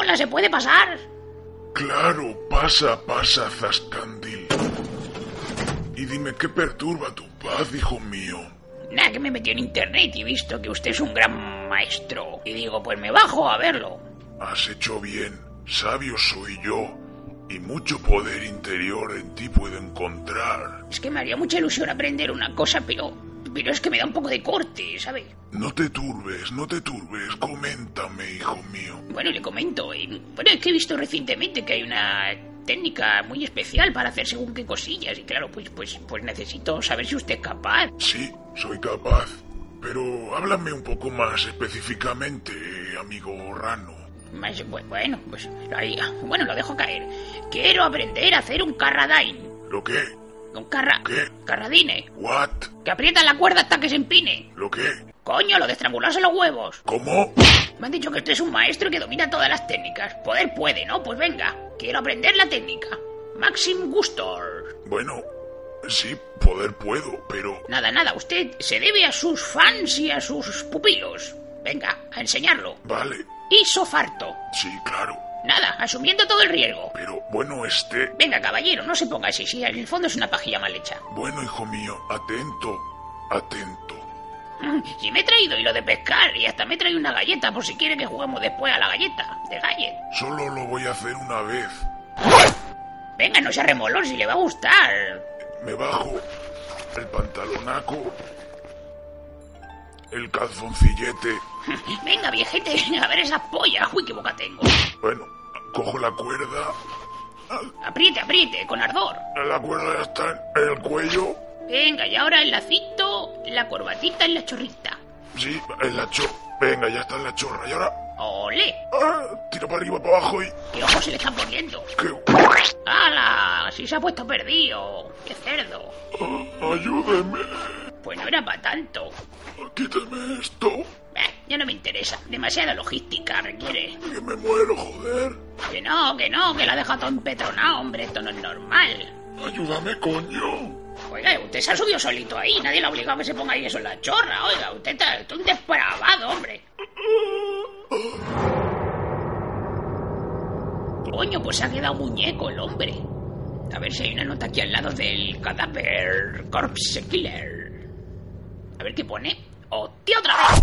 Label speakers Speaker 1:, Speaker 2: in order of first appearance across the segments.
Speaker 1: ¡Venga, se puede pasar!
Speaker 2: Claro, pasa, pasa, Zascandil. Y dime, ¿qué perturba tu paz, hijo mío?
Speaker 1: Nada, que me metí en internet y he visto que usted es un gran maestro. Y digo, pues me bajo a verlo.
Speaker 2: Has hecho bien, sabio soy yo, y mucho poder interior en ti puedo encontrar.
Speaker 1: Es que me haría mucha ilusión aprender una cosa, pero. Pero es que me da un poco de corte, ¿sabe?
Speaker 2: No te turbes, no te turbes, coméntame, hijo mío.
Speaker 1: Bueno, le comento. eh, Bueno, es que he visto recientemente que hay una técnica muy especial para hacer según qué cosillas. Y claro, pues, pues, pues necesito saber si usted es capaz.
Speaker 2: Sí, soy capaz. Pero háblame un poco más específicamente, amigo Rano.
Speaker 1: Más- bu- Bueno, pues ahí- bueno, lo dejo caer. Quiero aprender a hacer un carradine.
Speaker 2: ¿Lo qué?
Speaker 1: Un carra...
Speaker 2: ¿Qué?
Speaker 1: Carradine.
Speaker 2: ¿What?
Speaker 1: Que aprieta la cuerda hasta que se empine.
Speaker 2: ¿Lo qué?
Speaker 1: Coño, lo de estrangularse los huevos.
Speaker 2: ¿Cómo?
Speaker 1: Me han dicho que usted es un maestro y que domina todas las técnicas. Poder puede, ¿no? Pues venga, quiero aprender la técnica. Maxim Gustor.
Speaker 2: Bueno, sí, poder puedo, pero
Speaker 1: Nada, nada, usted se debe a sus fans y a sus pupilos. Venga, a enseñarlo.
Speaker 2: vale,
Speaker 1: Isofarto.
Speaker 2: sí, claro.
Speaker 1: Nada, asumiendo todo el riesgo.
Speaker 2: Pero bueno, este,
Speaker 1: Venga, caballero, no se ponga así, sí, en el fondo es una pajilla mal hecha.
Speaker 2: bueno, hijo mío, atento, atento.
Speaker 1: Mm, Si me he traído hilo de pescar y hasta me he traído una galleta por si quiere que juguemos después a la galleta de gallet.
Speaker 2: Solo lo voy a hacer una vez.
Speaker 1: Venga, no sea remolón si le va a gustar.
Speaker 2: Me bajo el pantalonaco, el calzoncillete.
Speaker 1: Venga, viejete, a ver esas pollas. Uy, qué boca tengo.
Speaker 2: Bueno, cojo la cuerda. ah,
Speaker 1: Apriete, apriete, con ardor.
Speaker 2: La cuerda está en el cuello.
Speaker 1: Venga, y ahora el lacito, la corbatita y la chorrita.
Speaker 2: Sí, en la chorra. Venga, ya está en la chorra. Y ahora
Speaker 1: ¡Ole!
Speaker 2: ah, tiro para arriba, para abajo y...
Speaker 1: ¡Qué ojos se le están poniendo!
Speaker 2: ¡Qué...
Speaker 1: ¡Hala! Si se ha puesto perdido. ¡Qué cerdo!
Speaker 2: Ah, ayúdeme.
Speaker 1: Pues no era para tanto.
Speaker 2: Quítame esto.
Speaker 1: Eh, ya no me interesa. Demasiada logística requiere.
Speaker 2: Que me muero, joder.
Speaker 1: Que no, que no, que la deja todo empetronado, hombre. Esto no es normal.
Speaker 2: Ayúdame, coño.
Speaker 1: Oiga, usted se ha subido solito ahí. Nadie le ha obligado a que se ponga ahí eso en la chorra. Oiga, usted está, está un despravado, hombre. Coño, pues se ha quedado muñeco el hombre. A ver si hay una nota aquí al lado del cadáver corpse killer. A ver qué pone. ¡Hostia, otra vez!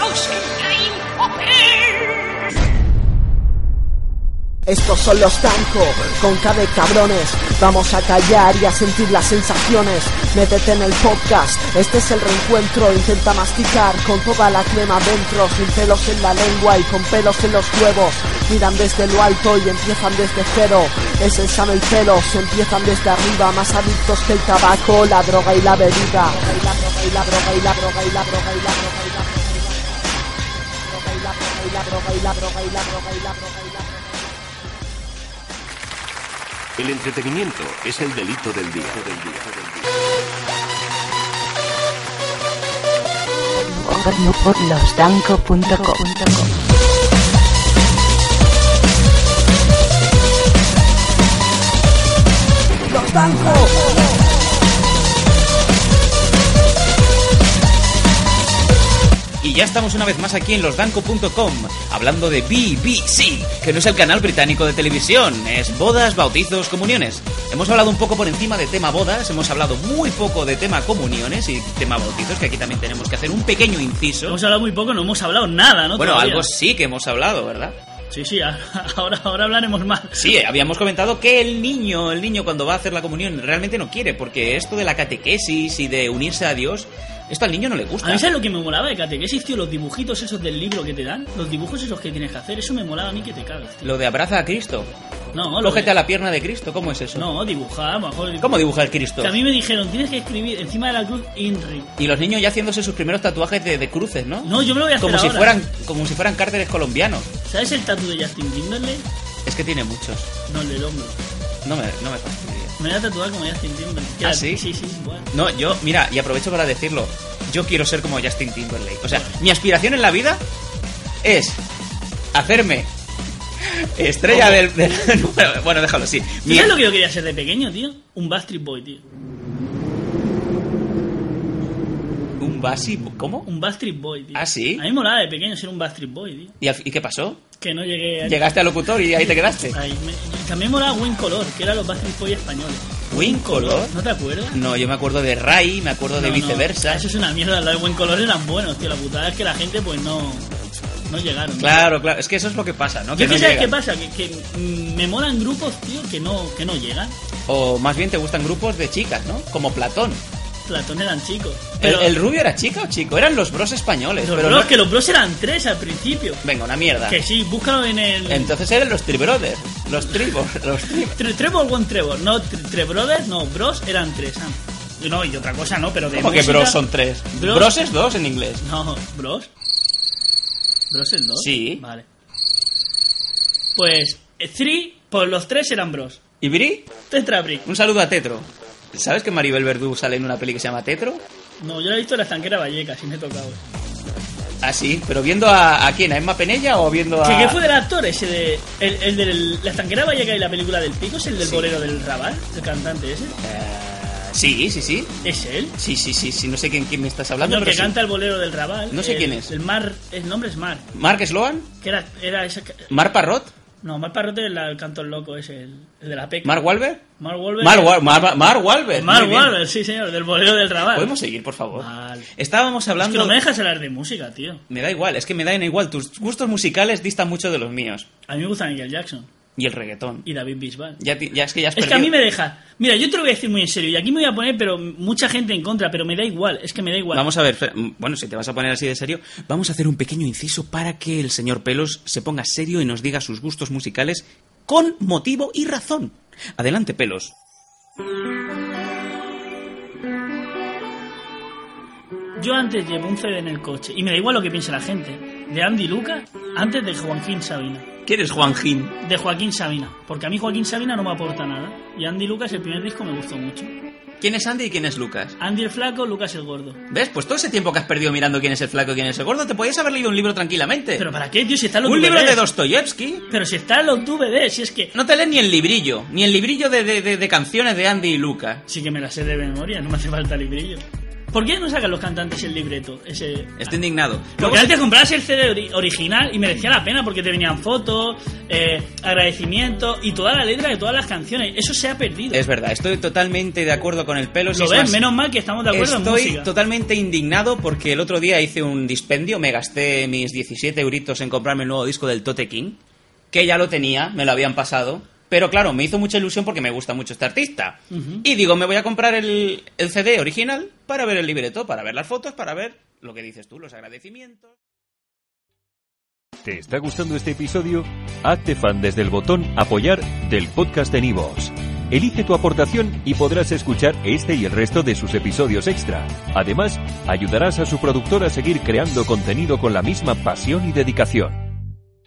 Speaker 1: 2009 Hopper.
Speaker 3: Estos son los Tanco, con K de cabrones. Vamos a callar y a sentir las sensaciones. Métete en el podcast, este es el reencuentro. Intenta masticar con toda la crema dentro, sin pelos en la lengua y con pelos en los huevos. Miran desde lo alto y empiezan desde cero. Es el sano y pelos, empiezan desde arriba. Más adictos que el tabaco, la droga y la bebida. La droga y la droga y la droga y la droga y la droga y la droga y la droga y la droga y la droga y la droga y la droga y la droga y la droga.
Speaker 4: El entretenimiento es el delito del día.
Speaker 5: Socorro por losdanco.com.
Speaker 3: Los Danco.
Speaker 6: Y ya estamos una vez más aquí en losdanco.com, hablando de BBC, que no es el canal británico de televisión, es bodas, bautizos, comuniones. Hemos hablado un poco por encima de tema bodas, hemos hablado muy poco de tema comuniones y tema bautizos, que aquí también tenemos que hacer un pequeño inciso.
Speaker 7: Hemos hablado muy poco, no hemos hablado nada, ¿no?
Speaker 6: Bueno,
Speaker 7: Todavía.
Speaker 6: algo sí que hemos hablado, ¿verdad?
Speaker 7: Sí, sí, a- ahora, ahora hablaremos más.
Speaker 6: Sí, habíamos comentado que el niño, el niño cuando va a hacer la comunión realmente no quiere, porque esto de la catequesis y de unirse a Dios, esto al niño no le gusta.
Speaker 7: A mí, ¿sabes lo que me molaba de catequesis, tío? Los dibujitos esos del libro que te dan, los dibujos esos que tienes que hacer, eso me molaba a mí que te cagas, tío.
Speaker 6: Lo de abraza a Cristo.
Speaker 7: No, lo que-
Speaker 6: Cógete a la pierna de Cristo, ¿cómo es eso?
Speaker 7: No, dibujar, a lo mejor.
Speaker 6: ¿Cómo dibuja el Cristo?
Speaker 7: Que a mí me dijeron, tienes que escribir encima de la cruz INRI.
Speaker 6: Y los niños ya haciéndose sus primeros tatuajes de, de cruces, ¿no?
Speaker 7: No, yo me lo voy a hacer
Speaker 6: como si
Speaker 7: ahora.
Speaker 6: fueran Como si fueran cárteles colombianos.
Speaker 7: ¿Sabes el tatu de Justin Timberlake?
Speaker 6: Es que tiene muchos.
Speaker 7: No, el del hombro.
Speaker 6: No me, no me fastidia.
Speaker 7: Me voy a tatuar como Justin Timberlake.
Speaker 6: ¿Ah,
Speaker 7: Era-
Speaker 6: sí?
Speaker 7: Sí, sí, bueno.
Speaker 6: No, yo, mira, y aprovecho para decirlo. Yo quiero ser como Justin Timberlake. O sea, mi aspiración en la vida es hacerme estrella del, del- Bueno, déjalo así.
Speaker 7: ¿Tú ¿Sabes lo que yo quería ser de pequeño, tío? Un Backstreet Boy, tío.
Speaker 6: Un basi... ¿Cómo?
Speaker 7: Un Backstreet Boy, tío.
Speaker 6: ¿Ah, sí?
Speaker 7: A mí me molaba de pequeño ser un Backstreet Boy, tío.
Speaker 6: ¿Y, al fi- y qué pasó?
Speaker 7: Que no llegué a...
Speaker 6: Llegaste al locutor y ahí te quedaste.
Speaker 7: Ay, me- También molaba Win Color, que eran los Backstreet Boy españoles.
Speaker 6: ¿Win Color?
Speaker 7: ¿No te acuerdas?
Speaker 6: No, yo me acuerdo de Rai, me acuerdo
Speaker 7: No,
Speaker 6: de
Speaker 7: no.
Speaker 6: viceversa.
Speaker 7: Eso es una mierda. Los de Win Color eran buenos, tío. La putada es que la gente, pues, no... No llegaron. tío.
Speaker 6: Claro, claro. Es que eso es lo que pasa, ¿no?
Speaker 7: Yo
Speaker 6: Que
Speaker 7: es
Speaker 6: no
Speaker 7: que sabes qué
Speaker 6: llegan.
Speaker 7: pasa, que, que mm, me molan grupos, tío, que no, que no llegan.
Speaker 6: O más bien te gustan grupos de chicas, ¿no? Como Platón.
Speaker 7: Platón eran chicos.
Speaker 6: El,
Speaker 7: Pero
Speaker 6: el rubio era chica o chico? Eran los bros españoles.
Speaker 7: los
Speaker 6: pero
Speaker 7: bros,
Speaker 6: no-
Speaker 7: que los bros eran tres al principio.
Speaker 6: Venga, una mierda.
Speaker 7: Que sí, búscalo en el...
Speaker 6: Entonces eran los Tribrothers. Los Tribos. Los tri-
Speaker 7: Tre- Trevor One Trevor, no, tre, Tre Brothers, no, Bros eran tres. ah. Y No, y otra cosa no, pero de
Speaker 6: ¿Cómo que
Speaker 7: música-
Speaker 6: bros son tres?
Speaker 7: Bros-
Speaker 6: Bros, es dos en inglés.
Speaker 7: No, Bros. ¿Bros es dos?
Speaker 6: Sí.
Speaker 7: Vale. Pues, eh, Three, pues los tres eran Bros.
Speaker 6: ¿Y Bri?
Speaker 7: Tetra Brick.
Speaker 6: Un saludo a Tetro. ¿Sabes que Maribel Verdú sale en una peli que se llama Tetro?
Speaker 7: No, yo la he visto en la estanquera Valleca, si me he tocado.
Speaker 6: Ah, sí, pero viendo a, a quién, a Emma Penella o viendo a.
Speaker 7: ¿Qué, qué fue del actor ese de. El, el de la estanquera Valleca y la película del pico? ¿Es el del
Speaker 6: Sí.
Speaker 7: bolero del Raval? ¿El cantante ese?
Speaker 6: Eh, sí, sí, sí.
Speaker 7: ¿Es él?
Speaker 6: Sí, sí, sí, sí. No sé quién, quién me estás hablando.
Speaker 7: El que
Speaker 6: pero sí.
Speaker 7: canta el bolero del Raval.
Speaker 6: No sé
Speaker 7: el-
Speaker 6: quién es.
Speaker 7: El Mar. El nombre es Mar.
Speaker 6: ¿Mark Sloan?
Speaker 7: Que era, era esa-
Speaker 6: ¿Mark Parrot?
Speaker 7: No, Mar Parrote es la- el cantor loco, es el, el de la peca.
Speaker 6: ¿Mark Wahlberg?
Speaker 7: Mark
Speaker 6: Mark Wa- Mar Mar- Mark Wahlberg.
Speaker 7: Mark
Speaker 6: muy bien.
Speaker 7: Wahlberg, sí, señor, del bolero del Raval.
Speaker 6: ¿Podemos seguir, por favor?
Speaker 7: Vale.
Speaker 6: Estábamos
Speaker 7: Es que
Speaker 6: hablando...
Speaker 7: no me dejas hablar de música, tío.
Speaker 6: Me da igual, es que me dan igual. Tus gustos musicales distan mucho de los míos.
Speaker 7: A mí me gusta Michael Jackson
Speaker 6: Y el reggaetón.
Speaker 7: y David Bisbal.
Speaker 6: Ya, ti- ya es que ya has
Speaker 7: Es que
Speaker 6: perdido.
Speaker 7: a mí me deja. Mira, yo te lo voy a decir muy en serio, y aquí me voy a poner, pero mucha gente en contra, pero me da igual, es que me da igual.
Speaker 6: Vamos a ver, espera, mm, bueno, si te vas a poner así de serio, vamos a hacer un pequeño inciso para que el señor Pelos se ponga serio y nos diga sus gustos musicales con motivo y razón. Adelante, Pelos.
Speaker 7: Yo antes llevo un CD en el coche, y me da igual lo que piense la gente, de Andy Luca antes de Joaquín Sabina.
Speaker 6: ¿Quién eres Juanjín?
Speaker 7: De Joaquín Sabina, porque a mí Joaquín Sabina no me aporta nada, y Andy Lucas el primer disco me gustó mucho.
Speaker 6: ¿Quién es Andy y quién es Lucas?
Speaker 7: Andy el flaco, Lucas el gordo.
Speaker 6: ¿Ves? Pues todo ese tiempo que has perdido mirando quién es el flaco y quién es el gordo, te podías haber leído un libro tranquilamente.
Speaker 7: ¿Pero para qué, tío? Si están los
Speaker 6: un
Speaker 7: DVDs.
Speaker 6: libro de Dostoyevsky.
Speaker 7: Pero si están los DVDs, si es que...
Speaker 6: No te lees ni el librillo, ni el librillo de, de- de- de canciones de Andy y Lucas.
Speaker 7: Sí que me las sé de memoria, no me hace falta librillo. ¿Por qué no sacan los cantantes el libreto? Ese...
Speaker 6: Estoy indignado.
Speaker 7: Porque antes comprabas el CD ori- original y merecía la pena porque te venían fotos, eh, agradecimientos y toda la letra de todas las canciones. Eso se ha perdido.
Speaker 6: Es verdad, estoy totalmente de acuerdo con el pelo. si
Speaker 7: Lo
Speaker 6: es
Speaker 7: ves,
Speaker 6: más,
Speaker 7: menos mal que estamos de acuerdo en
Speaker 6: Estoy
Speaker 7: música.
Speaker 6: totalmente indignado porque el otro día hice un dispendio, me gasté mis 17 euritos en comprarme el nuevo disco del Tote King, que ya lo tenía, me lo habían pasado. Pero claro, me hizo mucha ilusión porque me gusta mucho este artista. Y digo, me voy a comprar el, el CD original para ver el libreto, para ver las fotos, para ver lo que dices tú, los agradecimientos.
Speaker 8: ¿Te está gustando este episodio? Hazte fan desde el botón Apoyar del podcast de Nivos. Elige tu aportación y podrás escuchar este y el resto de sus episodios extra. Además, ayudarás a su productor a seguir creando contenido con la misma pasión y dedicación.